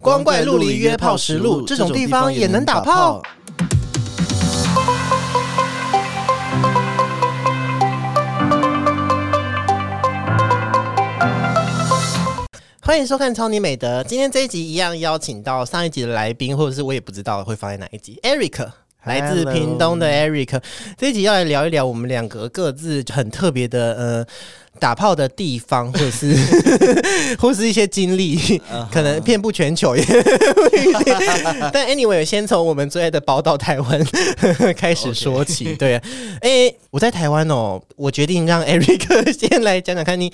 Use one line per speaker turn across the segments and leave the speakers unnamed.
光怪陆离约炮实录，这种地方也能打炮。欢迎收看《超你美德》，今天这一集一样邀请到上一集的来宾，或者是我也不知道会放在哪一集，Eric。来自屏东的 Eric，这一集要来聊一聊我们两个各自很特别的呃打炮的地方，或者 是或是一些经历，可能遍布全球也不一定。 但 anyway，先从我们最爱的宝岛台湾 开始说起。对，哎、我在台湾哦，我决定让 Eric 先来讲讲看你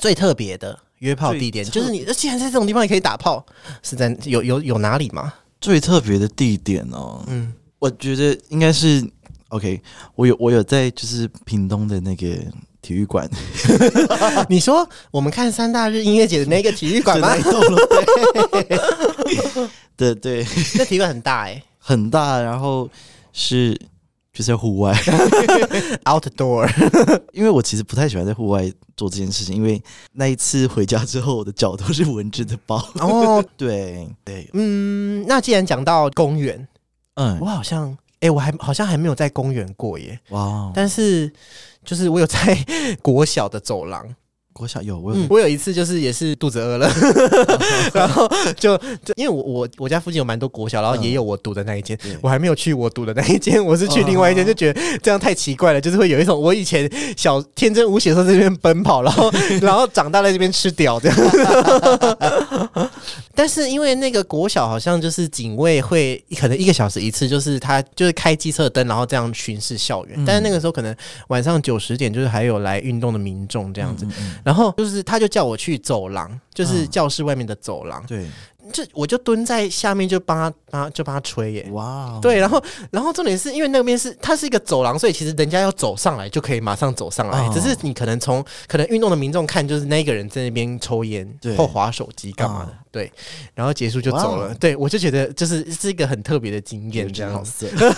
最特别的约炮地点，
最
就是你既然在这种地方也可以打炮，是在有有有哪里吗？
最特别的地点哦，
嗯，
我觉得应该是 OK。我有我有在就是屏东的那个体育馆，
你说我们看三大日音乐节的那个体育馆 吗？
对对，
那体育馆很大哎、
很大，然后是就是在 户外，
o u t d o o r
因为我其实不太喜欢在户外做这件事情，因为那一次回家之后，我的脚都是蚊子的 包。
哦，
对对，
嗯，那既然讲到公园，
嗯
我，好像哎、我还好像还没有在公园过耶，
哇哦，
但是就是我有在 国小的走廊，
国小有我有
嗯，我有一次就是也是肚子饿 了，然后就就因为我我我家附近有蛮多国小，然后也有我读的那一间
嗯对，
我还没有去我读的那一间，我是去另外一间，
哦
就觉得这样太奇怪了，就是会有一种我以前小天真无邪的时候在这边奔跑，然 后然后长大在这边吃屌这样。但是因为那个国小好像就是警卫会可能一个小时一次，就是他就是开机车灯，然后这样巡视校园。
嗯
但是那个时候可能晚上九十点，就是还有来运动的民众这样子。
嗯嗯
然后就是他就叫我去走廊，就是
嗯
教室外面的走廊，
对，
就我就蹲在下面就帮他帮他就帮他吹耶。
哇哦，
对，然后，然后重点是因为那边是它是一个走廊，所以其实人家要走上来就可以马上走上来，
哦
只是你可能从可能运动的民众看，就是那个人在那边抽烟
对哦
或划手机干嘛的，对，然后结束就走了。
哇哦
对我就觉得就是是一个很特别的经验，
眼
这
睛好
样子，
色，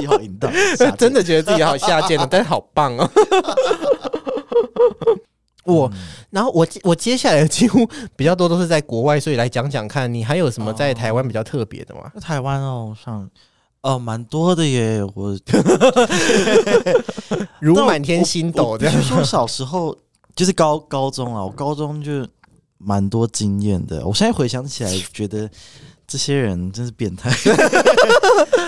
记好淫荡， 下贱
真的觉得自己好下贱了，但是好棒哦。我
嗯
然后我接我接下来几乎比较多都是在国外，所以来讲讲看，你还有什么在台湾比较特别的吗？
那台湾哦，上哦，蛮多的耶。 我
如满天星斗这
必
样
须说，小时候就是高高中啊，我高中就蛮多经验的。我现在回想起来，觉得这些人真是变 态。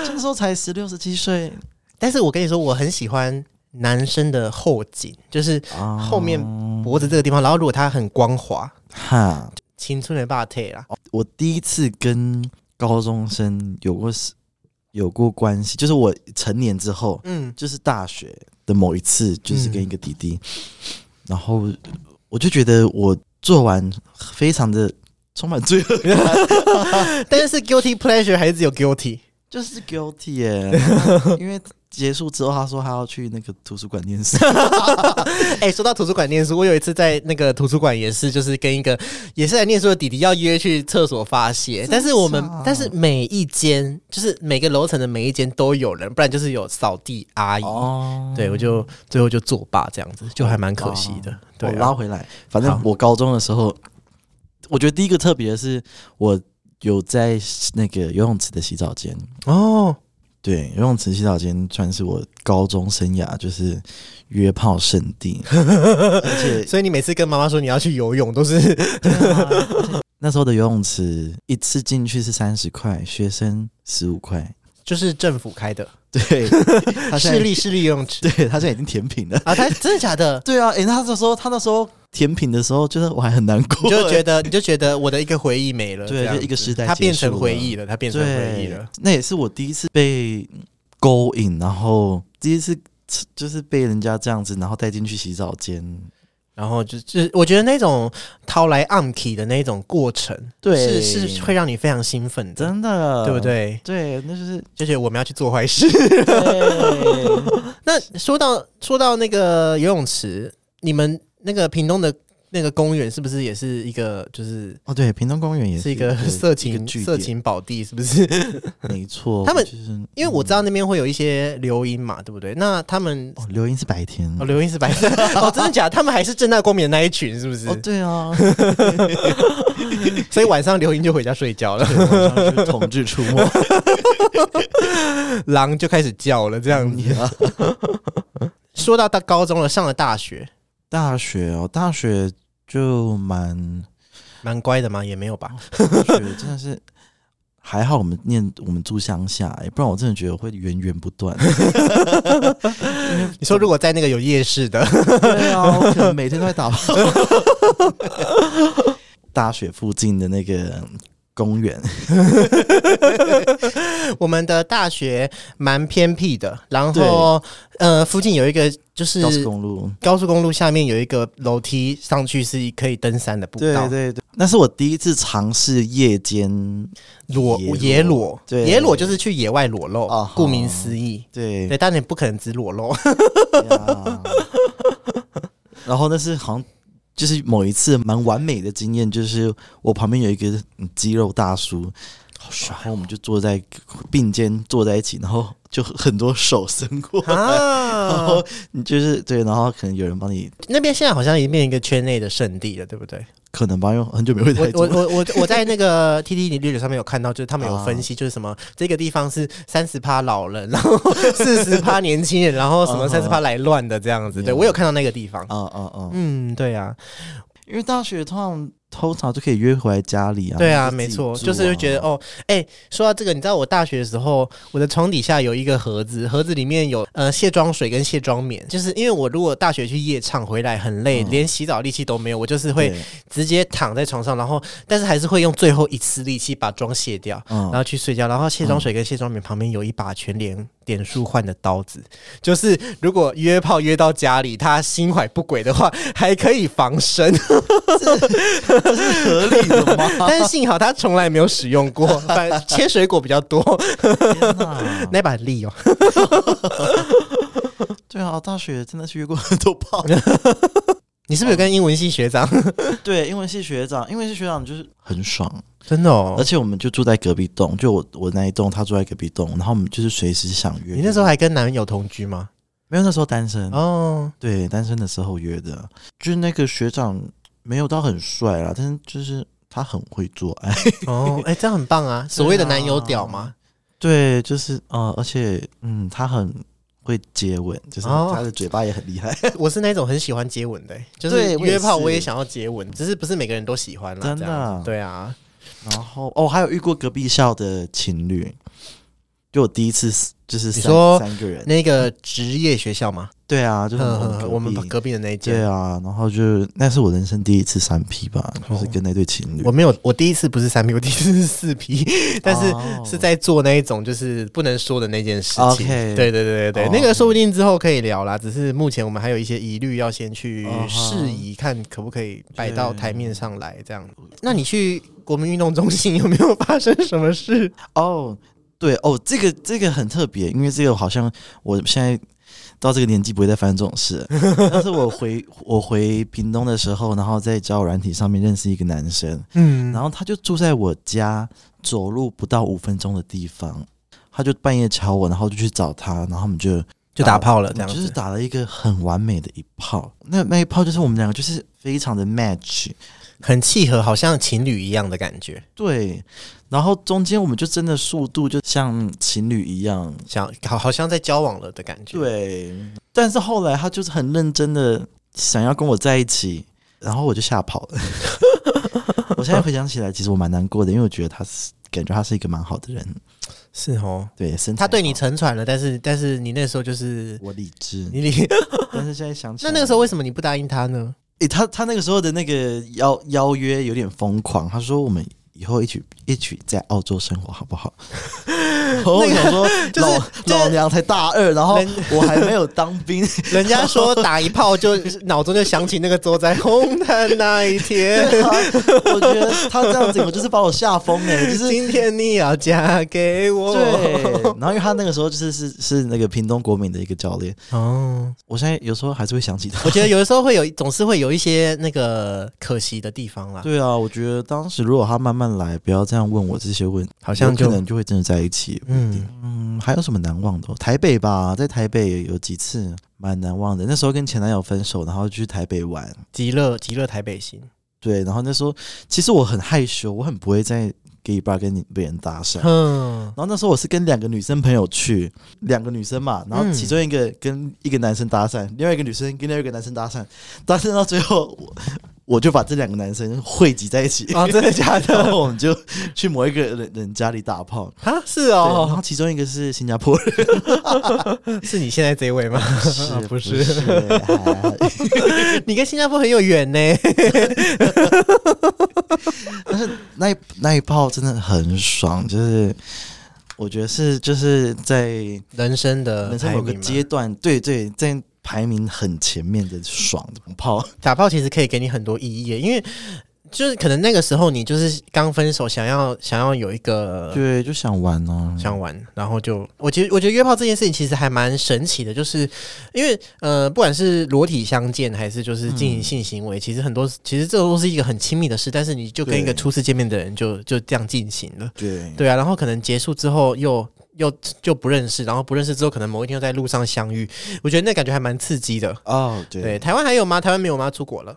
这时候才十六、十七岁
但是我跟你说，我很喜欢男生的后颈，就是
啊，
后面脖子这个地方，然后如果它很光滑，
哈，
青春的霸体啦。
我第一次跟高中生有过是有过关系，就是我成年之后，
嗯，
就是大学的某一次，就是跟一个弟弟，然后我就觉得我做完非常的充满罪恶 感，
但是 guilty pleasure 还是有 guilty。
就是 guilty 耶、 因为结束之后，他说他要去那个图书馆念书，
哎、说到图书馆念书，我有一次在那个图书馆也是，就是跟一个也是来念书的弟弟要约去厕所发泄，但是我们
假
但是每一间就是每个楼层的每一间都有人，不然就是有扫地阿姨。
哦，
对，我就最后就作罢这样子，就还蛮可惜的。对、
哦
啊，
我拉回来。反正我高中的时候，我觉得第一个特别的是我有在那个游泳池的洗澡间，
哦，
对，游泳池洗澡间算是我高中生涯就是约炮圣 地，而且
所以你每次跟妈妈说你要去游泳，都是
那时候的游泳池一次进去是三十块，学生十五块。
就是政府开的
对， 他现
市
在
立市立游泳池
对他现在已经填平了。 ？
啊，他真的假的
对啊，诶，那那时候他那时候填平的时候，就是我还很难过，欸
你就觉得你就觉得我的一个回忆没了，
对
这样子
就一个时代
它变成
结束了
回忆了，它变成回忆
对
了。，
那也是我第一次被勾引，然后第一次就是被人家这样子，然后带进去洗澡间。
然后就就是，我觉得那种掏来 a m k y 的那种过程，
对
是是会让你非常兴奋的，
真的，
对不？对？
对，那 就是
就觉得我们要去做坏 事。那说到说到那个游泳池，你们那个屏东的那个公园是不是也是一个就是
哦，对，屏东公园也
是一个色情
据
色情宝地？是不 是？
没错。
他们
就是
因为我知道那边会有一些流音嘛，对不对？那他们
哦，留音是白天
哦，流音是白 色哦，真的假的？他们还是正大光明的那一群，是不是
哦，？对啊，
所以晚上流音就回家睡觉了，
对晚上就是同志出没，
狼就开始叫了，这样子。说到到高中了，上了大学，
大学哦，大学就蛮
蛮乖的嘛，也没有
哦
吧？
大学真的是还好，我们念我们住乡下、欸，不然我真的觉得会源源不断。
你说如果在那个有夜市的，
对啊，我可能每天都在打炮。 大学附近的那个公园，
我们的大学蛮偏僻的，然后呃，附近有一个就是
高速公路，
高速公路下面有一个楼梯，上去是可以登山的步
对
道，
对对，那是我第一次尝试夜间，
裸
野裸
野裸，
对
野裸就是去野外裸露
哦，
顾名思义。
对
对，但你不可能只裸 露，
呀 然后那是好像就是某一次蛮完美的经验，就是我旁边有一个嗯肌肉大叔，好帅、然后我们就坐在并肩坐在一起，然后就很多手伸过 来，然
啊
后，你就是对，然后可能有人帮你，
那边现在好像也变成一个圈内的圣地了，对不对？
可能吧，因为很 久没回台
我
中
我我我我在那个 T T 领略上面有看到，就是他们
啊
有分析，就是什么、这个地方是三十趴老人，然 后四十趴年轻人，然后什么
啊
三十趴来乱的这样子。对我有看到那个地方，
啊啊啊！
嗯，对啊，
因为大学通常通常就可以约回来家里啊。
对啊，
就
没
自己
错，
住
就是会觉得
啊
哦，哎、说到这个，你知道我大学的时候，我的床底下有一个盒子，盒子里面有呃卸妆水跟卸妆棉，就是因为我如果大学去夜唱回来很累，
嗯
连洗澡力气都没有，我就是会
对
直接躺在床上，然后但是还是会用最后一次力气把妆卸掉，
嗯
然后去睡觉。然后卸妆水跟卸妆棉旁边有一把全脸点数换的刀子，就是如果约炮约到家里，他心怀不轨的话，还可以防身。
合理的吗？
但是幸好他从来没有使用 过，反正切水果比较多，
天哪
那把很利哦。
对啊，大学真的是约过很多炮。
你是不是有跟英文系学长？
对，英文系学长，英文系学长就是很爽，
真的
而
哦，
且我们就住在隔壁栋，就我我那一栋，他住在隔壁栋，然后我们就是随时想约。
你那时候还跟男友同居吗？
没有那时候单身，
哦，
对，单身的时候约的，就是那个学长没有到很帅啦，但是就是他很会做爱。
哦，哎、这样很棒啊！所谓的男友屌吗？
对，就是呃，而且嗯，他很会接吻，就是
哦
他的嘴巴也很厉害，
我是那种很喜欢接吻的、就是
对我也
约炮我也
是
想要接吻，只是不是每个人都喜欢啦。
真的
这样子对啊，
然后哦，还有遇过隔壁校的情侣，就我第一次就是
你
三
说
三个人，
那个职业学校嘛，
对啊，就是我
嗯
们隔，
我们
壁
隔壁的那一
对
间。
啊，然后就那是我人生第一次三 P 吧，就是
哦
跟那对情侣，
我没有，我第一次不是三 P，我第一次是四 P，但 是
哦
是在做那一种就是不能说的那件事情。
OK
对对对对对
哦
那个说不定之后可以聊啦，只是目前我们还有一些疑虑要先去
嗯
试
哼
宜，看可不可以摆
对
到台面上来这样。
哦
那你去国民运动中心有没有发生什么 事？
哦，对哦，这个这个很特别，因为这个好像我现在到这个年纪不会再发生这种 事。但是我回我回屏东的时候，然后在交友软体上面认识一个男生，
嗯
然后他就住在我家走路不到五分钟的地方，他就半夜敲我，然后就去找他，然后我们就
就打炮了这样
嗯就是
子。
打了一个很完美的一炮。那那一炮就是我们两个就是非常的 match，
很契合，好像情侣一样的感觉，
对。然后中间我们就真的速度就像情侣一样，
像好好像在交往了的感觉。，
对，但是后来他就是很认真的想要跟我在一起，然后我就吓跑 了。我现在回想起来，其实我蛮难过的，因为我觉得他是感觉他是一个蛮好的人，
是哦。
对，身材
他对你
好
沉船了，但是但是你那时候就是
我理智，
你 理，
但是现在想起
那
来，
那个时候为什么你不答应他呢？
诶、他他那个时候的那个邀邀约有点疯狂，他说我们以后一起一起在澳洲生活好 不好？然后我想说，
就是
老、
就是
老娘才大二，然后
人
我还没有当 兵，
人家 说打一炮就脑中就想起那个坐在 红毯那一天，
我觉得他这样子，我就是把我吓疯哎，就是
今天你要嫁给我。
对，然后因为他那个时候就是是是那个屏东国民的一个教练，
哦，
我现在有时候还是会想起 他。
我觉得有的时候会有，总是会有一些那个可惜的地方啦。
对啊，我觉得当时如果他慢慢来，不要这样问我这些问题，
好像
有
就
可能就会真的在一起。
嗯，
嗯，还有什么难忘的哦？台北吧，在台北有几次蛮难忘的。那时候跟前男友分手，然后去台北玩。
极乐极乐台北行，
对，然后那时候其实我很害羞，我很不会在 gay bar 跟你别人搭讪。
嗯，
然后那时候我是跟两个女生朋友去，两个女生嘛，然后其中一个跟一个男生搭讪，另外一个女生跟另外一个男生搭讪，搭讪到最后，我我就把这两个男生汇集在一起，
哦，真的假
然
的？
后我们就去某一个人人家里打炮。
啊，是
对然
哦，
后其中一个是新加坡人，
是你现在这位吗？ 不是
不是
你跟新加坡很有缘呢。
那一那一炮真的很爽，就是我觉得是就是在
人生的
人生某个
排名嘛
阶段，对对，在排名很前面的爽的炮。
打炮其实可以给你很多意义耶，因为就是可能那个时候你就是刚分手，想要想要有一个
对，就想玩哦、
想玩，然后就我其实我觉得约炮这件事情其实还蛮神奇的，就是因为呃，不管是裸体相见还是就是进行性行为，其实很多其实这都是一个很亲密的事，但是你就跟一个
对
初次见面的人就就这样进行了，
对
对啊，然后可能结束之后又。又就不认识，然后不认识之后，可能某一天又在路上相遇，我觉得那感觉还蛮刺激的。
哦，对
对，台湾还有吗？台湾没有吗？出国了。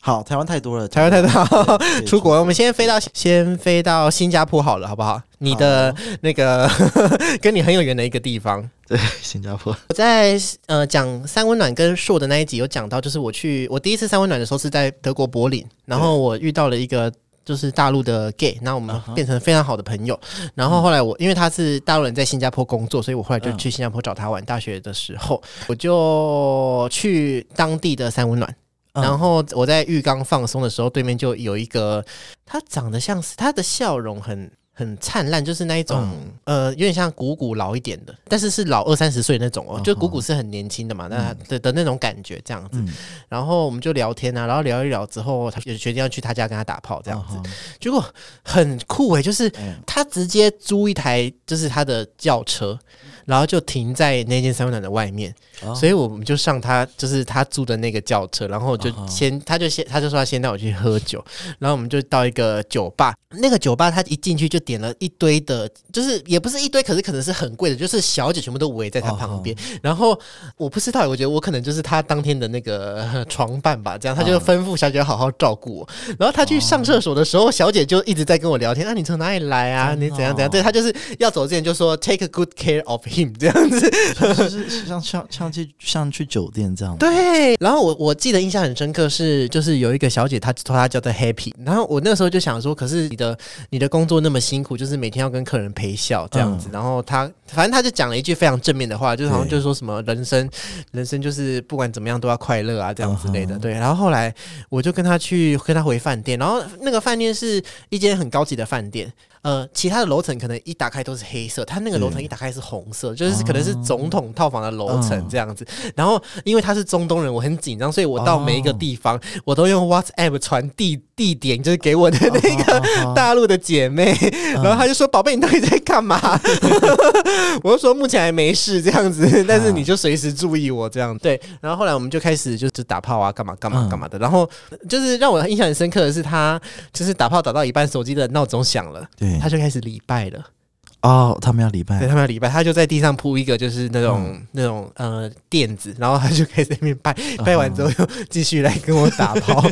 好，台湾太多了，
台湾太大，
对
出国，我们先飞到先飞到新加坡好了，好不好？你的那个 跟你很有缘的一个地方。
对新加坡，
我在呃讲三温暖跟硕的那一集有讲到，就是我去我第一次三温暖的时候是在德国柏林，然后我遇到了一个。就是大陆的 gay，那我们
啊哈
变成非常好的朋友。然后后来我，因为他是大陆人，在新加坡工作，所以我后来就
嗯
去新加坡找他玩。大学的时候，我就去当地的三温暖，
嗯
然后我在浴缸放松的时候，对面就有一个，他长得像是他的笑容很很灿烂，就是那一种、
嗯
呃，有点像谷谷老一点的，但是是老二三十岁那
嗯
种哦，就谷谷是很年轻的嘛，那的的那种感觉这样子。
嗯，
然后我们就聊天啊，然后聊一聊之后，他就决定要去他家跟他打炮这样子，
啊哈
结果很酷诶、欸就是
哎
他直接租一台就是他的轿车，然后就停在那间三温暖的外面，
哦
所以我们就上他就是他租的那个轿车，然后我就
啊哈
先、他就先他就说他先带我去喝酒，然后我们就到一个酒吧，那个酒吧他一进去就点了一堆的，就是也不是一堆，可是可能是很贵的，就是小姐全部都围在他旁
哦
边，然后我不知道，我觉得我可能就是他当天的那个呃床伴吧，这样他就
啊
吩咐小姐好好照顾我，然后他去上厕所的时候，小姐就一直在跟我聊天，那、你从哪里来啊？
真的
你
哦
怎样怎样？对他就是要走之前就说 take a good care of him 这样子，
就是像像像去像去酒店这样，
对，然后我我记得印象很深刻是，就是有一个小姐，她说她叫做 Happy，然后我那时候就想说，可是你的你的工作那么辛苦，就是每天要跟客人陪笑这样子，然后她反正她就讲了一句非常正面的话，就是好像
嗯对
就是说什么人生人生就是不管怎么样都要快乐啊这样之类的，
嗯哼
对。然后后来我就跟她去跟她回饭店，然后那个饭店是一间很高级的饭店，呃，其他的楼层可能一打开都是黑色，它那个楼层
对
一打开是红色，就是可能是总统套房的楼层
哦嗯
这样子。然后因为他是中东人，我很紧张，所以我到每
哦
一个地方，我都用 WhatsApp 传地地点，就是给我的
哦
那个
个
大陆的姐妹。
嗯
然后她就说：“宝贝，你到底在干嘛？” 我就说：“目前还没事这样子，但
嗯
是你就随时注意我这样。”对。然后后来我们就开始就是打炮啊，干嘛干嘛
嗯
干嘛的。然后就是让我印象很深刻的是，他就是打炮打到一半，手机的闹钟响了，
对
他就开始礼拜了。
哦，他们要礼
对
拜，
他们要礼拜，他就在地上铺一个就是那种、
嗯
那种呃垫子，然后他就开始在那边拜，拜完之后又继续来跟我打 炮，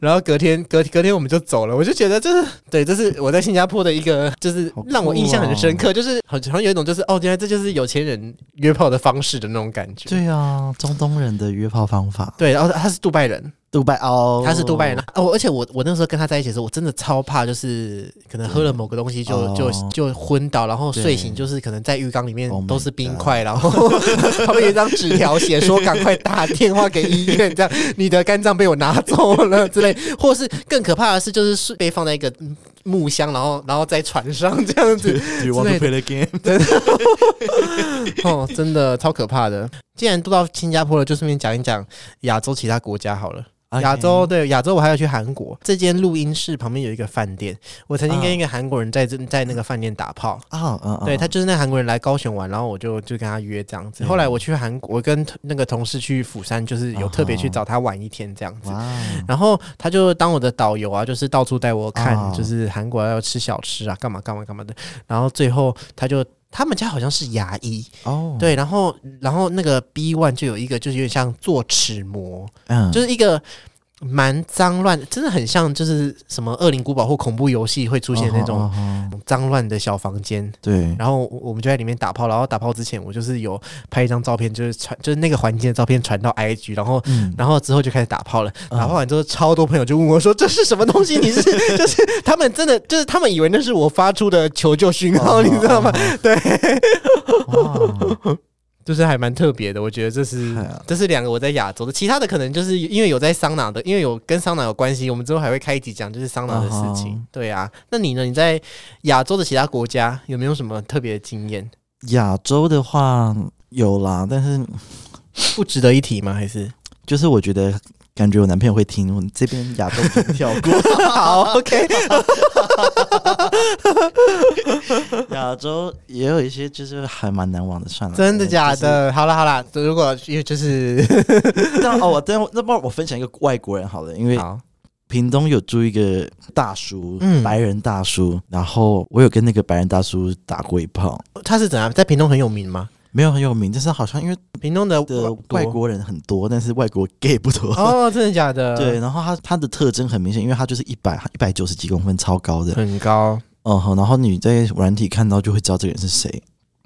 然后隔天隔隔天我们就走了，我就觉得这是对，这是我在新加坡的一个就是
好酷啊
让我印象很深刻，就是好像有一种就是哦，原来这就是有钱人约炮的方式的那种感觉。
对啊，中东人的约炮方法，
对，然后他是杜拜人，
杜拜哦，
他是杜拜人啊，哦，而且我我那时候跟他在一起的时候，我真的超怕，就是可能喝了某个东西就
哦
就就昏倒，然后
对
睡醒就是可能在浴缸里面
Oh my
都是冰块，然后 他们有一张纸条写说赶快打电话给医院，这样你的肝脏被我拿走了之类，或是更可怕的是就是睡被放在一个嗯木箱，然后然后在船上这样子，
Do you want to play the game？
哦，真的超可怕的。既然都到新加坡了，就顺便讲一讲亚洲其他国家好了。亚洲对亚洲，我还要去韩国。这间录音室旁边有一个饭店，我曾经跟一个韩国人在这在那个饭店打炮。
啊啊啊！
对他就是那韩国人来高雄玩，然后我就就跟他约这样子。
嗯
后来我去韩国，我跟那个同事去釜山，就是有特别去找他玩一天这样子。
哇，
然后他就当我的导游啊，就是到处带我看，
哦
就是韩国要吃小吃啊，干嘛干嘛干嘛的。然后最后他就他们家好像是牙医，
哦，，
对，然后然后那个 B one 就有一个就是有点像做齿模，
嗯，
就是一个蛮脏乱，真的很像就是什么恶灵古堡或恐怖游戏会出现那
哦
种
哦哦哦
脏乱的小房间。
对，
然后我我们就在里面打炮，然后打炮之前我就是有拍一张照片，就是传就是那个环节的照片传到 IG，然后。
嗯，
然后之后就开始打炮了，
嗯
打炮完之后，超多朋友就问我说：“这是什么东西？”你是 就是他们真的就是他们以为那是我发出的求救讯
哦
号，你知道吗？对，
哇，
就是还蛮特别的，我觉得这是
嗨啊
这是两个我在亚洲的，其他的可能就是因为有在桑拿的，因为有跟桑拿有关系，我们之后还会开一集讲就是桑拿的事情。
啊哈
对啊，那你呢？你在亚洲的其他国家有没有什么特别的经验？
亚洲的话有啦，但是
不值得一提吗？还是
就是我觉得。感觉我男朋友会听，我这边亚洲可以跳过
好 OK？
亚洲也有一些就是还蛮难忘的，算了，
真的假？的？好啦好啦，如果因为就是
就是、但哦，我但那不然我分享一个外国人好了，因为
好
屏东有住一个大叔，
嗯
白人大叔，然后我有跟那个白人大叔打过一炮，
他是怎样在屏东很有名吗？
没有很有名，但是好像因为
屏东的
的
多
外国人很多，但是外国 gay 不多。
哦，真的假的？
对，，然后他他的特征很明显，因为他就是一百一百九十几公分，超高的。
很高
哦、好然后你在软体看到就会知道这个人是谁。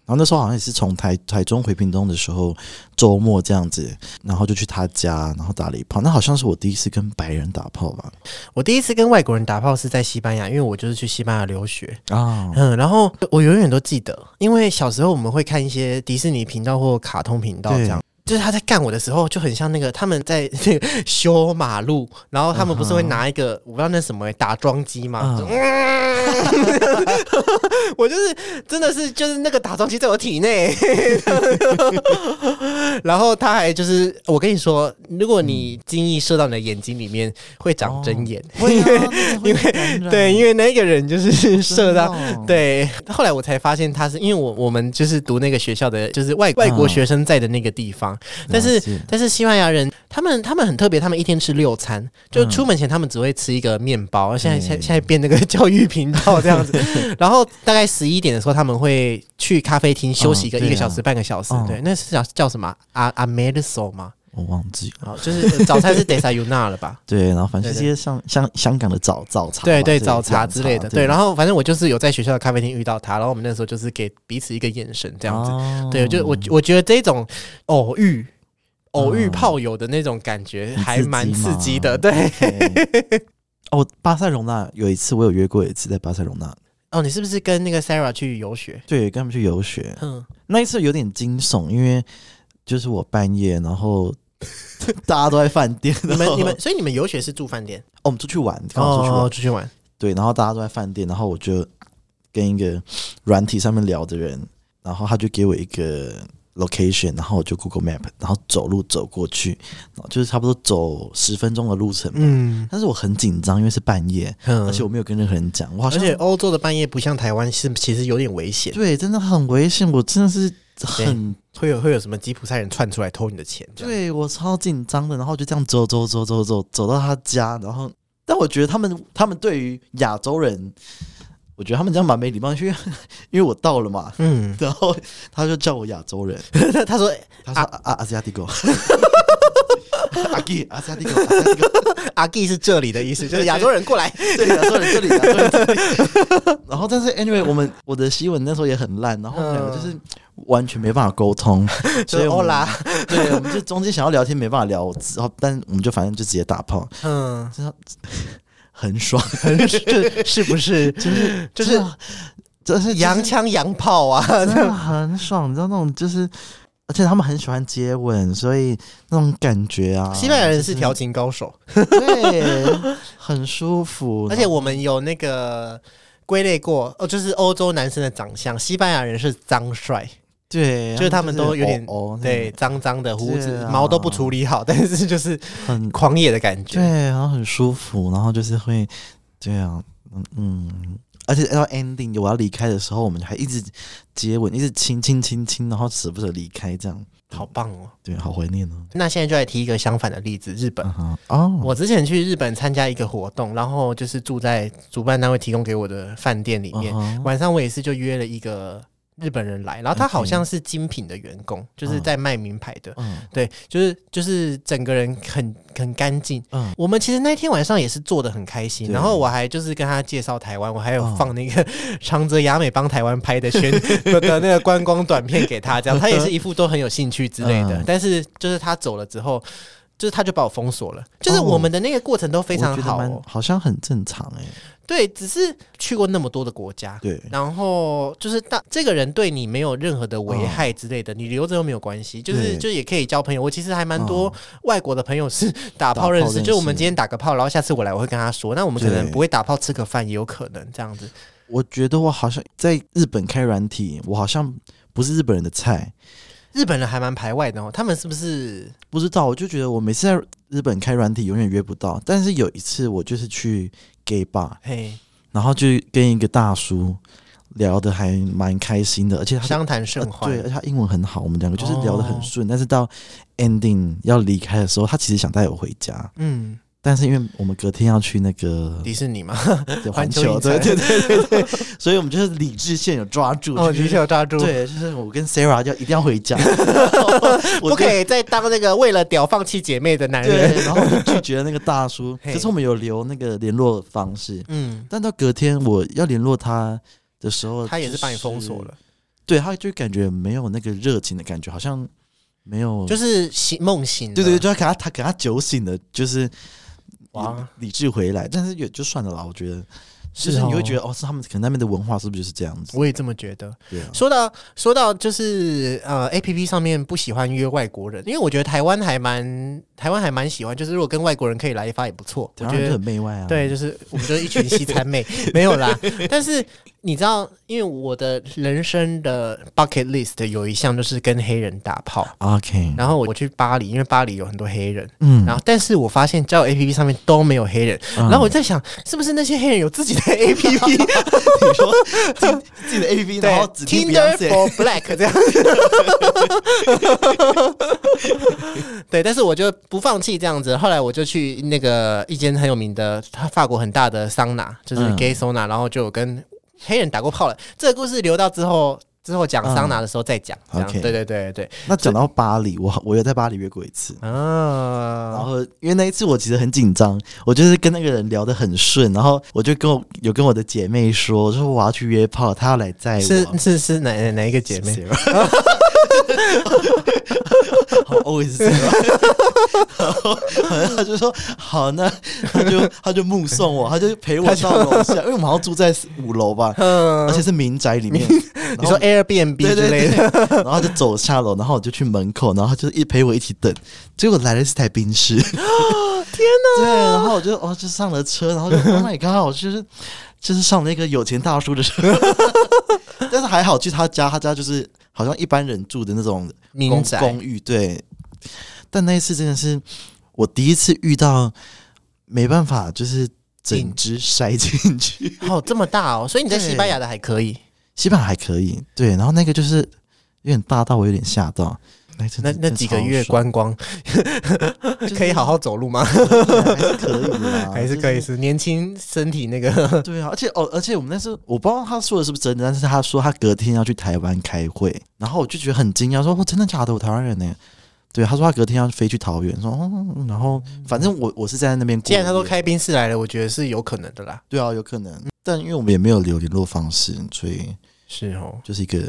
然后那时候好像也是从台台中回屏东的时候，周末这样子，然后就去他家，然后打了一炮。那好像是我第一次跟白人打炮吧？
我第一次跟外国人打炮是在西班牙，因为我就是去西班牙留学，
啊、
嗯，然后我永远都记得，因为小时候我们会看一些迪士尼频道或卡通频道这样。就是他在干我的时候，就很像那个他们在 那个修马路，然后他们不是会拿一个、我不知道那什么、打桩机嘛
嗯
就嗯 我就是真的是就是那个打桩机在我体内， 然后他还就是我跟你说，如果你精液射到你的眼睛里面，会长针眼。
会 啊，因为
对，因
为
为那个人就是 射到，
对
对，后来我才发现他是因为我我们就是读那个学校的，就是外外国嗯学生在的那个地方，但是但是西班牙人他们他们很特别，他们一天吃六餐，就
嗯
出门前他们只会吃一个面包，现在现在
嗯
现在变那个 教育频道这 样子，然后大概十一点的时候他们会去咖啡厅休息个
嗯对
一
啊
个小时半个小时，
嗯
对，那是叫叫什么阿阿梅的手吗？
我忘记了。
哦， 就是早餐是 desayuna 了吧？
对，然后反正
对
这些像像香港的早早茶吧，
对对，
这
早茶之类的。对，然
后
后反正我就是有在学校的咖啡厅遇到他，然后我们那时候就是给彼此一个眼神这样子。
子
对，就我我觉得这种偶遇。偶遇
嗯
炮友的那种感觉
很
还
刺
蛮
激
刺
嘛
激的，对。
哦，巴塞隆纳有一次我有约过一次在巴塞隆纳，
哦，你是不是跟那个 Sarah 去游学？
对，跟他们去游学，
嗯，
那一次有点惊悚，因为就是我半夜，然后 大家都在饭店，
你
然后
们 你们，所以你们游学是住饭店，
哦，我们出去玩，刚好出去玩，
哦出去玩，
对，然后大家都在饭店，然后我就跟一个软体上面聊的人，然后他就给我一个 location，然后我就 Google Map，然后走路走过去，然后就是差不多走十分钟的路程。
嗯
但是我很紧张，因为是半夜，
嗯
而且我没有跟任何人讲，我好
而
像
且欧洲的半夜不像台湾是其实有点危险，
对，真的很危险，我真的是很
会有会有什么吉普赛人窜出来偷你的钱，这样
对我超紧张的，然后就这样走走走走走走到他家，然后但我觉得他们他们对于亚洲人，我觉得他们这样蛮没礼貌，因为因为我到了嘛，
嗯，
然后他就叫我亚洲人，
他他说
他说啊啊阿斯亚蒂狗，阿基阿斯亚蒂狗，阿斯亚蒂狗，
阿 G 是这里的意思，就是亚洲人过来，
这里亚洲人，这里亚洲人。这里然后但是 anyway，我们我的西文那时候也很烂，然后我们两个就是完全没办法沟通，
就
所以
是
我
欧
们
拉，
对，我们就中间想要聊天没办法聊，然后但我们就反正就直接打炮，
嗯，
很爽，
这是不是就是就是
真的是
洋枪洋炮啊？
真的很爽，你知道那种就是，而且他们很喜欢接吻，所以那种感觉啊，
西班牙人
就是
调情高手，
对， 很舒服，
而且我们有那个归类过，哦，就是欧洲男生的长相，西班牙人是脏帅，
对，
就是他们都有点
哦，
对，脏脏的胡
对
子、
啊
毛都不处理好，但是就是
很
狂野的感
对，
觉。
然后很舒服，然后就是会这样，嗯嗯。而且要 ending，我要离开的时候，我们还一直接吻，一直亲亲亲亲，然后舍不得离开，这样
好棒哦！
对，好怀念哦。
那现在就来提一个相反的例子，日本
嗯。哼，哦，
我之前去日本参加一个活动，然后就是住在主办单位提供给我的饭店里面。
嗯哼嗯
晚上我也是就约了一个日本人来，然后他好
OK
像是精品的员工，就是在卖名牌的。
嗯
对，就是就是整个人很很干净。
嗯
我们其实那天晚上也是做的很开心，
对
然后我还就是跟他介绍台湾，我还有
嗯
放那个 长泽雅美帮台湾拍的宣 的的那个观光短片给他，这 样他也是一副都很有兴趣之类的
嗯。
但是就是他走了之后。就是他就把我封锁了，就是
哦
我们的那个过程都非常
我觉得
好、
蛮
哦，
好像很正常哎、
对，只是去过那么多的国家，
对，
然后就是大这个人对你没有任何的危害之类的，你留着又没有关系，就是
哦对哦
就也可以交朋友。我其实还蛮多外国的朋友是打炮认
打炮
识，
认识
就我们今天打个炮，然后下次我来我会跟他说，那我们可能
对
不会打炮吃个饭也有可能这样子。
我觉得我好像在日本开软体，我好像不是日本人的菜，
日本人还蛮排外的哦，他们是不是
不知道，我就觉得我每次在日本开软体永远约不到。但是有一次我就是去 gay bar，
嘿
然后就跟一个大叔聊的还蛮开心的，而且他
相谈甚
呃
欢？
对，而且他英文很好，我们两个就是聊得
哦
很顺。但是到 ending 要离开的时候，他其实想带我回家，
嗯，
但是因为我们隔天要去那个
迪士尼嘛，
对
环
环
球
球，
影城
对对对 对对，所以我们就是理智线有抓住，
哦，
就是
的确有抓住，
对，就是我跟 Sarah 就一定要 回家，我
不可以再当那个为了屌放弃姐妹的男
就。对
人。，
然后我就拒绝了那个大 叔。
嘿
可是我们有留那个联络方式，
嗯，
但到隔天我要联络他的时候，
他也
就是
把你封锁了，。
对，他就感觉没有那个热情的感觉，好像没有，
就是是醒梦醒了，
哦对对，就他给他他给他酒醒了，就是
哇
理智回来，但是也就算了啦，我觉得。就是
哦
你会觉得哦，是他们可能那边的文化是不是就是这样子？
我也这么觉得。
对啊，
说到说到就是呃，A P P 上面不喜欢约外国人，因为我觉得台湾还蛮台湾还蛮喜欢，就是如果跟外国人可以来一发也不错。我
台湾
觉
人
得
就很媚外啊。
对，就是我们就是一群西餐 妹，没有啦。但是你知道，因为我的人生的 bucket list 有一项就是跟黑人打炮，
，OK，
然后我去巴黎，因为巴黎有很多黑人。
嗯
然后，但是我发现交友 A P P 上面都没有黑人，
嗯
然后我在想，是不是那些黑人有自己的 A P P？
你说自己 自己的 A P P，
对
然后只听
Tinder
Beyonce
for Black 这样。 对，但是我就不放弃这样子。后来我就去那个一间很有名的，它法国很大的桑拿，就是
嗯
gay sauna，、然后就有跟黑人打过炮了。这个故事留到之后之后讲桑拿的时候再讲。这样
嗯 OK
对对对对
那讲到巴黎，我我有在巴黎约过一次，
对。
然
啊，
后因为那一次我其实很紧张，我就是跟那个人聊得很顺，然后我就跟我有跟我的姐妹说，我说我要去约炮，她要来哎载我。
是是是哪哪哪一个姐妹？
Sarah 好 always Sarah 然后然后他就说好，那他就他就目送我，他就陪我到楼下，因为我们好像住在五楼吧，
嗯
而，且是民宅里面。
你说 Airbnb
对
之
对
类
对，
的，
然后他就走下楼，然后我就去门口，然后他就一陪我一起等，结果来了是台宾 士，天哪！对，然后我就哦就上了车，然后就 Oh my God，我就是就是上了一个有钱大叔的车， 但是还好去他家，他家就是好像一般人住的那种
民
公
宅
公寓，对。但那一次真的是我第一次遇到，没办法，就是整
进
只塞进去。
哦，这么大哦，所以你在
对
西班牙的还可以。
西班牙还可以，对，然后那个就是有点大到我有点吓到。那
那那几个月观光，可以好好走路吗？
还是可以的，
还是可以
啊就是
年轻身体那个
对啊，而且哦，而且我们那时候我不知道他说的是不是真的，但是他说他隔天要去台湾开会，然后我就觉得很惊讶，说哦，真的假的？我台湾人呢、对，他说他隔天要飞去桃园，说哦，嗯然后反正我我是在那边过夜。
既然他都开宾士来了，我觉得是有可能的啦。
对啊，有可能，但因为我们也没有留联络方式，所以
是哦，
就是一个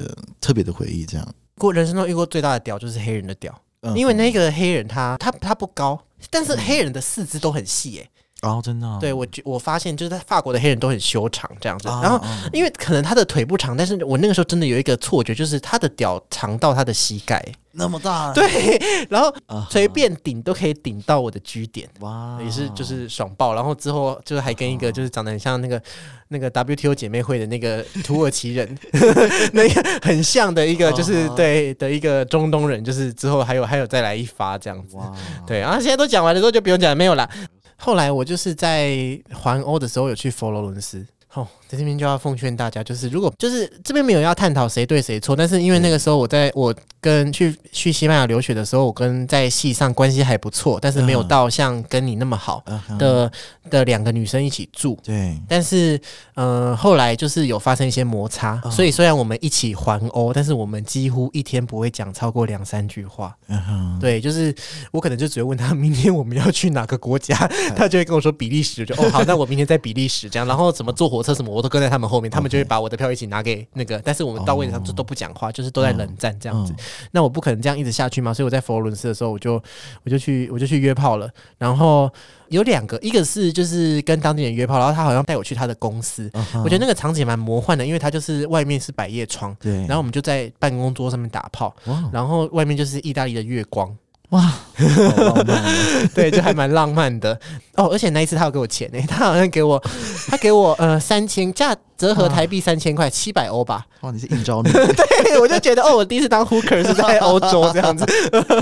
特别的回忆。这样，
过人生中遇过最大的屌就是黑人的屌，
嗯
因为那个黑人他他他不高，但是黑人的四肢都很细诶、
哦，真的哦、
对我觉我发现就是在法国的黑人都很修长这样子，
啊，
然后。
啊
因为可能他的腿不长，但是我那个时候真的有一个错觉，就是他的屌长到他的膝盖，
那么大，
对，然后
啊
随便顶都可以顶到我的 G 点，
哇，
也是就是爽爆。然后之后就是还跟一个就是长得很像那个 那个 WTO 姐妹会的那 个土耳其人， 那个很像的一个就是
啊
对的一个中东人，就是之后还有还有再来一发这样子。
哇，
对，然后现在都讲完了之后就不用讲了，没有啦。后来我就是在环欧的时候有去佛罗伦斯。哦，在这边就要奉劝大家，就是如果就是这边没有要探讨谁对谁错，但是因为那个时候我在我跟去去西班牙留学的时候，我跟在系上关系还不错，但是没有
嗯
到像跟你那么好
啊哈
的、的两个女生一起住。
对，
但是，呃，后来就是有发生一些摩擦，
嗯
所以虽然我们一起环欧，但是我们几乎一天不会讲超过两三句话。
嗯哼，
对，就是我可能就只会问他 明天我们要去哪个国家，他就会跟我说比利时，我就哦好，那我明天在比利时这样，然后怎么坐火车什么我都跟在他们后面，他们就会把我的票一起拿给那个，但是我们到位上就都不讲话，就是都在冷战这样子。嗯那我不可能这样一直下去嘛，所以我在佛罗伦斯的时候，我就我就去我就去约炮了，然后有两个，一个是就是跟当地人约炮，然后他好像带我去他的公司，
嗯哼，
我觉得那个场景蛮魔幻的，因为他就是外面是百叶窗。
对，
然后我们就在办公桌上面打炮，
哇
然后外面就是意大利的月光，
好浪漫哦
对，就还蛮浪漫的哦。而且那一次他有给我钱呢、他好像给我，他给我呃三千，价折合台币三千块，七百欧吧。
哇，你是应 招女，
对，我就 觉得哦，我第一次当 hooker 是在欧洲这样子。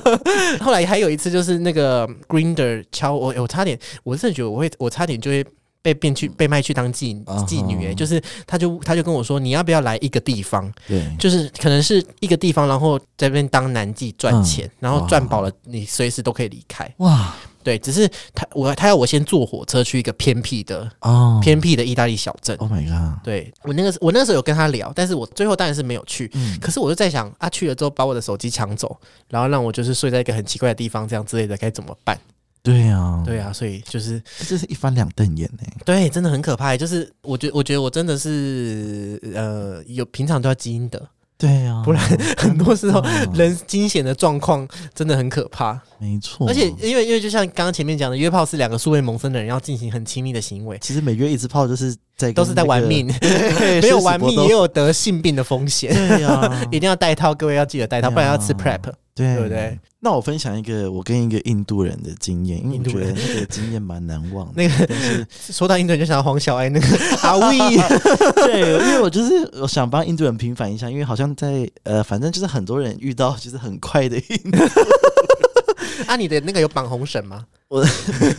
后来还有一次就是那个 Grinder 敲我，我差点，我真的觉得我会，我差点就会。被变去被卖去当妓
啊
妓女、欸，
哈
就是他就他就跟我说，你要不要来一个地方？
对，
就是可能是一个地方，然后在那边当男妓赚
嗯
钱，然后赚饱了，你随时都可以离开。
哇，
对，只是他我他要我先坐火车去一个偏僻的、
哦，
偏僻的意大利小镇。
，Oh my god，
对我那个我那时候有跟他聊，但是我最后当然是没有去。
嗯，
可是我就在想啊，去了之后把我的手机抢走，然后让我就是睡在一个很奇怪的地方，这样之类的该怎么办？
对啊，，
对啊，所以就是
这是一翻两瞪眼呢，
对，真的很可怕。欸就是我觉我觉得我真的是呃有平常都要基因的，
对啊，
不然很多时候
嗯
人惊险的状况真的很可怕。
没错，
而且因为因为就像刚刚前面讲的，约炮是两个素未谋生的人要进行很亲密的行为，
其实每月一支炮就是在跟
都是在
嗯那
玩
个
命，
对
没有
生死
玩
搏
命
斗
也有得性病的风险，，
对啊
一定要带套，各位要记得带套，不然要吃 prep，
对啊哎
对不对？？
那我分享一个我跟一个印度人的经验，因为
印
我
度
觉得
人
那个经验蛮难忘的。
那个 说到印度人就想到黄小爱 那个阿威，
对，因为我就是我想帮印度人平反一下，因为好像在呃，反正就是很多人遇到就是很快的印度，
啊，你的那个有绑红绳吗？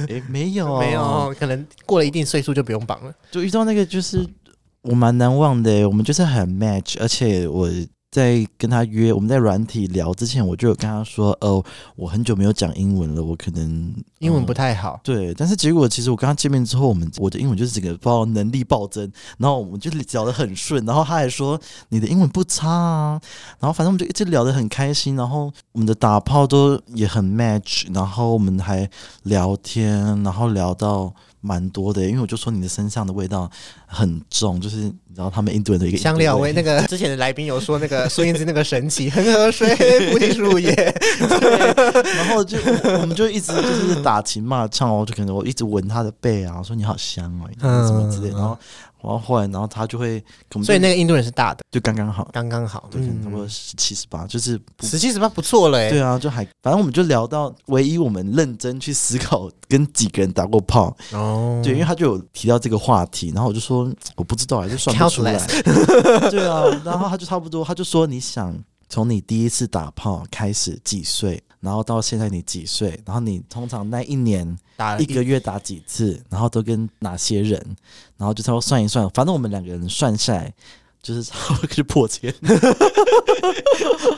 诶没有
没，有，可能过了一定岁数就不用绑了。
就遇到那个就是我蛮难忘的，我们就是很 match，而且我。在跟他约，我们在软体聊之前，我就有跟他说：“哦，我很久没有讲英文了，我可能
英文
嗯
不太好，
对，但是结果其实我跟他见面之后，我们我的英文就是整个包能力暴增，然后我们就聊得很顺，然后他还说你的英文不差啊，然后反正我们就一直聊得很开心，然后我们的打炮都也很 match，然后我们还聊天，然后聊到蛮多的，因为我就说你的身上的味道很重，就是你知道他们印度人的一个
香料味。那 个之前的来宾有说那个孙燕姿那个神奇，恒河水、 菩提树叶，
然后就我我们就一直就是打情骂俏哦，就可能我一直闻他的背啊，我说你好香哦，
嗯
什么之类的。然后，然后后来，然后他就会，我们
所以那个印度人是大的，
就刚刚好，
刚刚好，
对，可能差不多
嗯，
十七十八，就是不
十七十八不错了，
对
哎，
啊，就还反正我们就聊到，唯一我们认真去思考跟几个人打过炮，
哦
对，因为他就有提到这个话题，然后我就说我不知道啊，就算不出来， 对啊，然后他就差不多，他就说你想从你第一次打炮开始几岁，然后到现在你几岁，然后你通常那一年
打了
一个月打几次，然后都跟哪些人，然后就差不多算一算，反正我们两个人算下来。就是差不多就破千，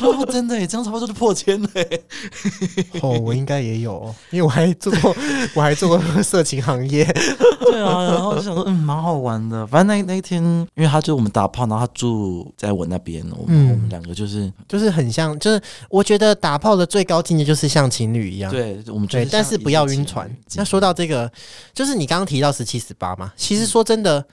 哦，真的耶，这样差不多就破千了耶。
哦，我应该也有哦，因为我还做过，我还做过 色情行业。
对啊，然后我就想说，嗯，蛮好玩的。反正那那一天，因为他就我们打炮，然后他住在我那边，我们、
嗯
我们两个就是
就是很像，就是我觉得打炮的最高境界就是像情侣一样。
对，我们就
嗯对，但是
像
不要
一起
晕船。
进嗯
那说到这个，就是你刚刚提到十七十八嘛，其实说真的，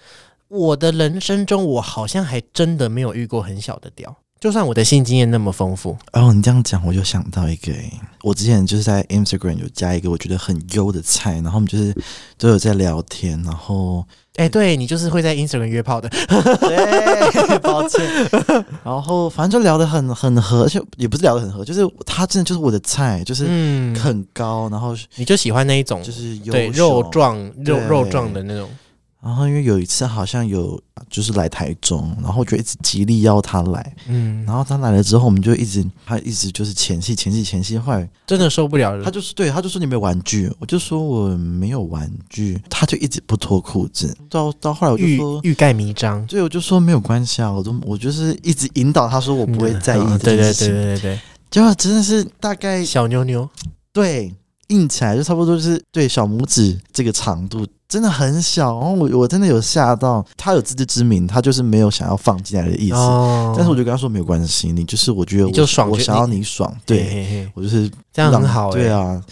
我的人生中，我好像还真的没有遇过很小的屌，就算我的性经验那么丰富，
哦，你这样讲，我就想到一个欸、我之前就是在 Instagram 有加一个我觉得很优的菜，然后我们就是都有在聊天，然后
哎、对你就是会在 Instagram 约炮的，
对，抱歉， 然后反正就聊得很很合，就也不是聊得很合，就是他真的就是我的菜，就是
嗯，
很高，然后
你就喜欢那一种，
就是优
对
秀
肉。壮肉
对
肉壮的那种，
然后因为有一次好像有就是来台中，然后我就一直极力要他来，
嗯，
然后他来了之后，我们就一直他一直就是前戏前戏前戏，后来
真的受不了了
他。就是对，他就说你没有玩具，我就说我没有玩具，他就一直不脱裤子，到到后来我就
欲
说，
欲盖弥彰，
对，我就说没有关系啊，我都我就是一直引导他说我不会在意
嗯
这
对对
件事
对
情，哎
对对
结果真的是大概
对，小妞妞，
对硬起来就差不多就是对小拇指这个长度。真的很小，然后我我真的有吓到，他有自知之明，他就是没有想要放进来的意思，
哦
但是我就跟他说没有关系，你就是我觉得我
你就爽
我
就
想要你爽，
对，
对
嘿嘿
我就是
这样很好、欸，哎
对，啊，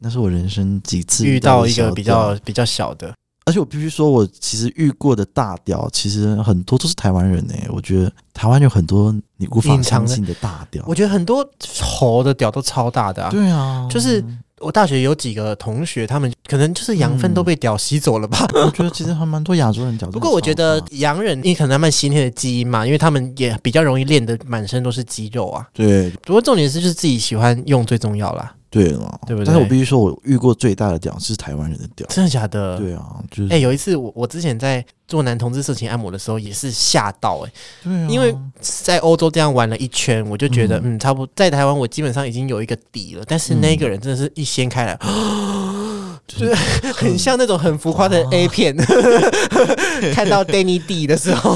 那是我人生几次
遇到一
小啊
个比
屌
较，比较小的，
而且我必须说，我其实遇过的大屌，其实很多都是台湾人呢、欸我觉得台湾有很多你无法
隐藏
相
的
信的大屌
我。觉得很多猴的屌都超大的啊。
对啊，
就是我大学有几个同学，他们可能就是羊粪
嗯
都被屌吸走了 吧。
我觉得其实还蛮多亚洲人屌。
不过我觉得，洋人，因为可能他们先天的基因嘛，因为他们也比较容易练得满身都是肌肉啊。
对
不过重点是，就是自己喜欢用最重要啦。
对了，
对不对
但是我必须说，我遇过最大的屌是台湾人的屌。
真的假的？。
对啊，就是
哎、有一次我我之前在做男同志色情按摩的时候也是吓到哎、
对啊，
因为在欧洲这样玩了一圈，我就觉得
嗯
嗯差不多在台湾我基本上已经有一个底了，但是那个人真的是一掀 开来，
就是
很像那种很浮夸的 A 片， 看到 Danny D 的时候。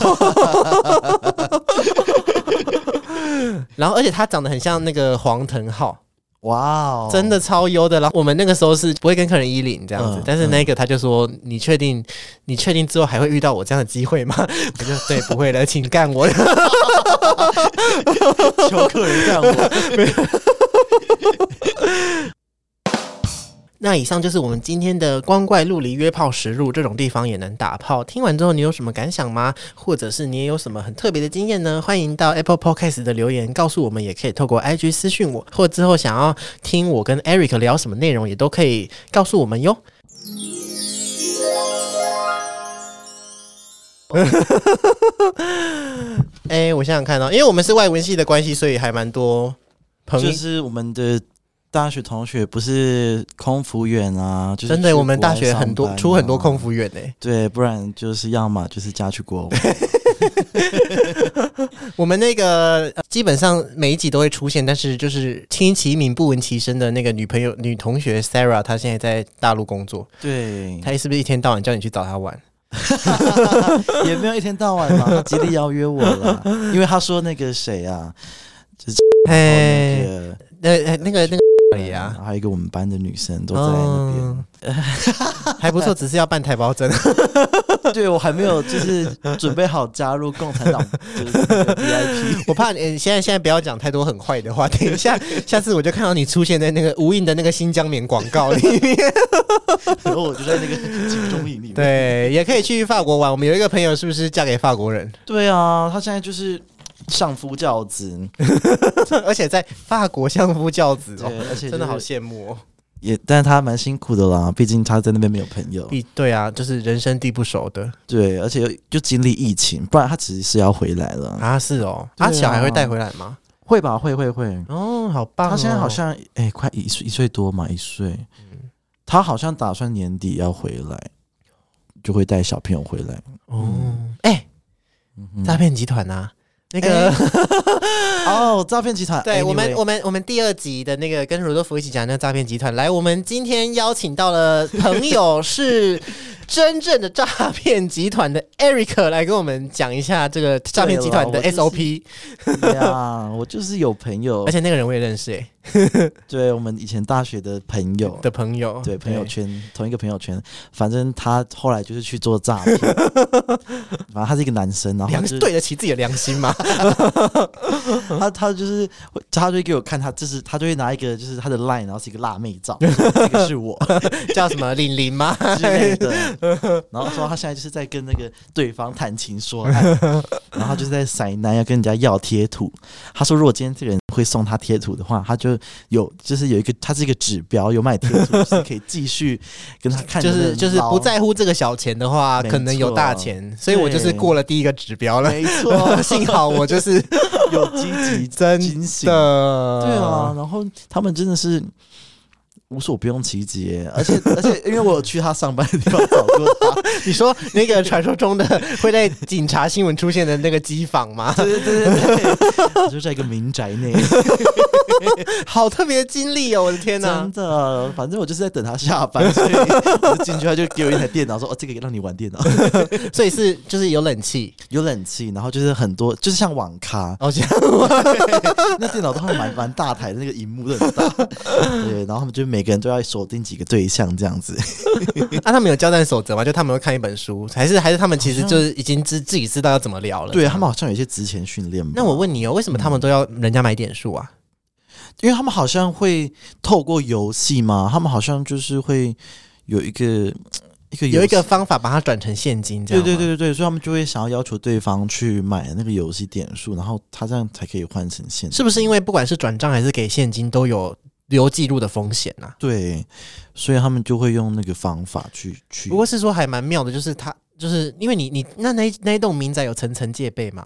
然后，而且他长得很像那个黄腾浩，
哇哦，
真的超优的。然后我们那个时候是不会跟客人衣领这样子，
嗯
但是那个他就说：“你确定？你确定之后还会遇到我这样的机会吗？” 我就对，不会了，请干我。
求客 人干我。
那以上就是我们今天的光怪陆离约炮实录，这种地方也能打炮。听完之后你有什么感想吗？或者是你也有什么很特别的经验呢？欢迎到 Apple Podcast 的留言告诉我们，也可以透过 IG 私讯我，或之后想要听我跟 Eric 聊什么内容，也都可以告诉我们哟。哎、我想想看哦，因为我们是外文系的关系，所以还蛮多朋友。
就是我们的大学同学不是空服员啊，就是
真的，
去
我们
国外
大学很多
上班啊
出很多空服员呢、
对，不然就是要么就是嫁去国 外，
我们那个呃基本上每一集都会出现，但是就是听其名不闻其声的那个女朋友、女同学 Sarah，她现在在大陆工作，
对，
她是不是一天到晚叫你去找她玩？
也没有一天到晚嘛，他极力邀约我了，因为他说那个谁啊，
哎、
然后那个呃
那呃那个那个而已啊，
还有一个我们班的女生都在
嗯
那边，
还不错，只是要办台胞证。
对我还没有就是准备好加入共产 党就是那个 VIP，
我怕你、呃现在现在不要讲太多很坏的话，等一下 下次我就看到你出现在那个无印的那个新疆棉广告里面。
然后我就在那个集中营里面。
对， 也可以去法国玩。我们有一个朋友是不是嫁给法国人，
对啊，他现在就是上夫教子，
而且在法国相夫教子
对
哦，，
而且、
真的好羡慕哦。
也，但是他蛮辛苦的啦，毕竟他在那边没有朋友，
必对啊，就是人生地不熟的
对，而且又就经历疫情，不然他其实是要回来了，
啊，是哦，
对
啊，
啊
小孩会带回来吗？
会吧？会会会，
哦，好棒哦、
他现在好像哎、快一岁一岁多嘛，一岁。
嗯
他好像打算年底要回来，就会带小朋友回 来。
哦，哎、诈骗集团啊，那个，
哦，诈骗集团，
对
anyway
我们我们我们第二集的那个跟鲁多福一起讲那个诈骗集团，来，我们今天邀请到了朋友是真正的诈骗集团的 Eric 来跟我们讲一下这个诈骗集团的
对哦了我就是
SOP，、
哦对啊，我就是有朋友
而，且那个人我也认识、哎，
对我们以前大学的朋友，
的朋友，
对朋友圈同一个朋友圈，反正他后来就是去做诈骗，反正他是一个男生，然后他
良
就是
对得起自己的良心 吗？
他他就是会他就会给我看他，这是他就会拿一个就是他的 line，然后是一个辣妹照，这个是我
叫什么玲玲吗？
之类的， 然后说他现在就是在跟那个对方谈情说 爱，然后他就是在塞南要跟人家要贴图。他说如果今天这个人会送他贴图的话，他就有就是有一个他是一个指标，有买贴图就是可以继续跟他 看，
就是就是不。在乎这个小钱的话，
没
可能有大
错
钱，所以我就是
对
过了第一个指标了。，
没错
幸好我 就是
有积极
真
警醒
的，
对啊，，然后他们真的是无所不用其极耶，而 且而且因为我有去他上班的地方找过他，
你说那个传说中的会在警察新闻出现的那个机房 吗？
对对对对， 我就在一个民宅内，
好特别的经历哦！我的天哪
真，的，反正我就是在等他下 班，所以我就进去他就给我一台电脑，说哦这个让你玩电脑，
所以是就是有冷气，
有冷气，然后就是很多就是像网咖，
哦， 这样
那电脑都还蛮蛮大台的，那个荧幕都很 大，对，然后他们就每个人都要锁定几个对象这样子，
啊，他们有交战守则吗？就他们会看一本书，还是还是他们其实就是已经知自己知道要怎么聊了？
对他们好像有一些职前训练吧，
那我问你哦，为什么他们都要人家买点数啊？
因为他们好像会透过游戏嘛，他们好像就是会有一个一个游戏
有一个方法把它转成现金，这
对
样
对
吗
对对对，所以他们就会想要要求对方去买那个游戏点数，然后他这样才可以换成现金。
是不是因为不管是转账还是给现金都有留记录的风险啊？
对，所以他们就会用那个方法去去。
不过是说还蛮妙的，就是他就是因为你你那那一那一栋民宅有层层戒备嘛，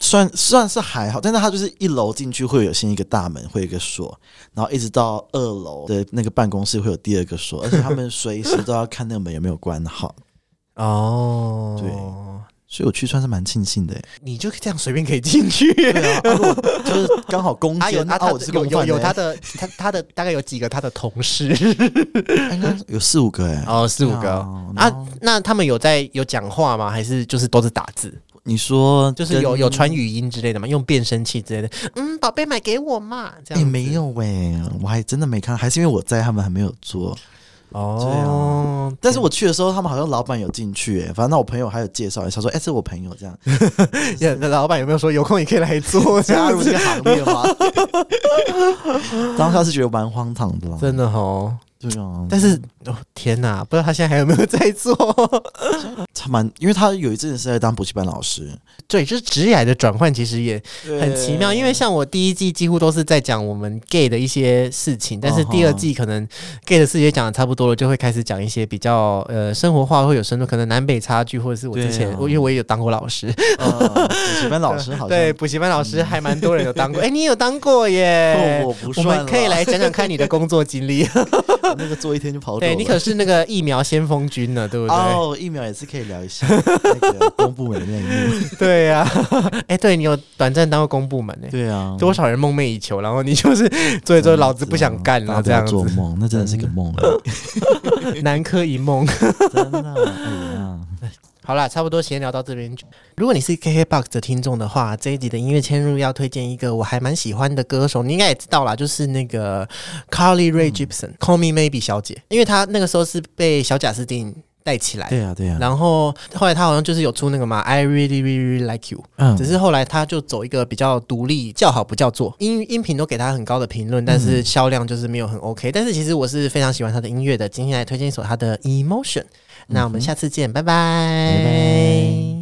算算是还好，但是它就是一楼进去会有先一个大门，会有一个锁，然后一直到二楼的那个办公室会有第二个锁，而且他们随时都要看那个门有没有关好。
哦，
对 所以我去算是蛮庆幸的欸、
你就这样随便可以进 去。
对啊，啊如果就是刚好攻
啊有
坚，
啊，
啊
他
我是
有
共
有
犯
有
的
他
欸，
的他他的大概有几个他的同事
哎那有四五个哎，
哦，四五
对
个
啊
哦
然
啊
后，
那他们有在有讲话吗？还是就是都是打字？
你说
就是有
跟
有传语音之类的吗？用变声器之类的？嗯，宝贝买给我嘛，这
哎
样子
没有哎，我还真的没看，还是因为我在他们还没有做。
哦，
但是我去的时候，他们好像老板有进去哎，反正我朋友还有介绍一下说，哎，这是我朋友这 样
那那老板有没有说有空也可以来做？这
加
样
入
子
这个行列吗？ 当下是觉得蛮荒唐的啦，
真的哦，
对啊，
但是哦天哪，不知道他现在还有没有在做？
他蛮，因为他有一阵子是在当补习班老师，
对，就是职业的转换其实也很奇妙，因为像我第一季几乎都是在讲我们 gay 的一些事情，但是第二季可能 gay 的事情也讲的差不多了，就会开始讲一些比较呃生活化或有深度，可能南北差距，或者是我之前
对啊
我因为我也有当过老师，
呃补习班老师好像
对，补习班老师还蛮多人有当过，哎，你也有当过哎耶
哦？我不
我
算
们可以
啦
来讲讲看你的工作经 历，
那个做一天就跑走
对
了。
你可是那个疫苗先锋军呢，对不对？
哦，疫苗也是可以聊一下那个公部门的那一幕。
对呀、 哎，对你有短暂当过公部门呢、
对啊，
多少人梦寐以求，然后你就是做一做，老子不想干了，
嗯大家
这样子
做梦，那真的是个梦 了，
南柯一梦。
真的。哎呀，
好啦，差不多闲聊到这边。如果你是 KKBOX 的听众的话，这一集的音乐嵌入要推荐一个我还蛮喜欢的歌手，你应该也知道啦，就是那个 Carly Rae Jepsen，《Call Me Maybe》小姐，因为她那个时候是被小贾斯汀带起来。
对啊，对啊，
然后后来她好像就是有出那个嘛，I really really really like you，
嗯
只是后来他就走一个比较独立，叫好不叫座，音音频都给他很高的评论，但
嗯
是销量就是没有很 OK。但是其实我是非常喜欢他的 E 音乐的，今天来推荐一首他的 Emotion。那我们下次见，拜拜。
拜拜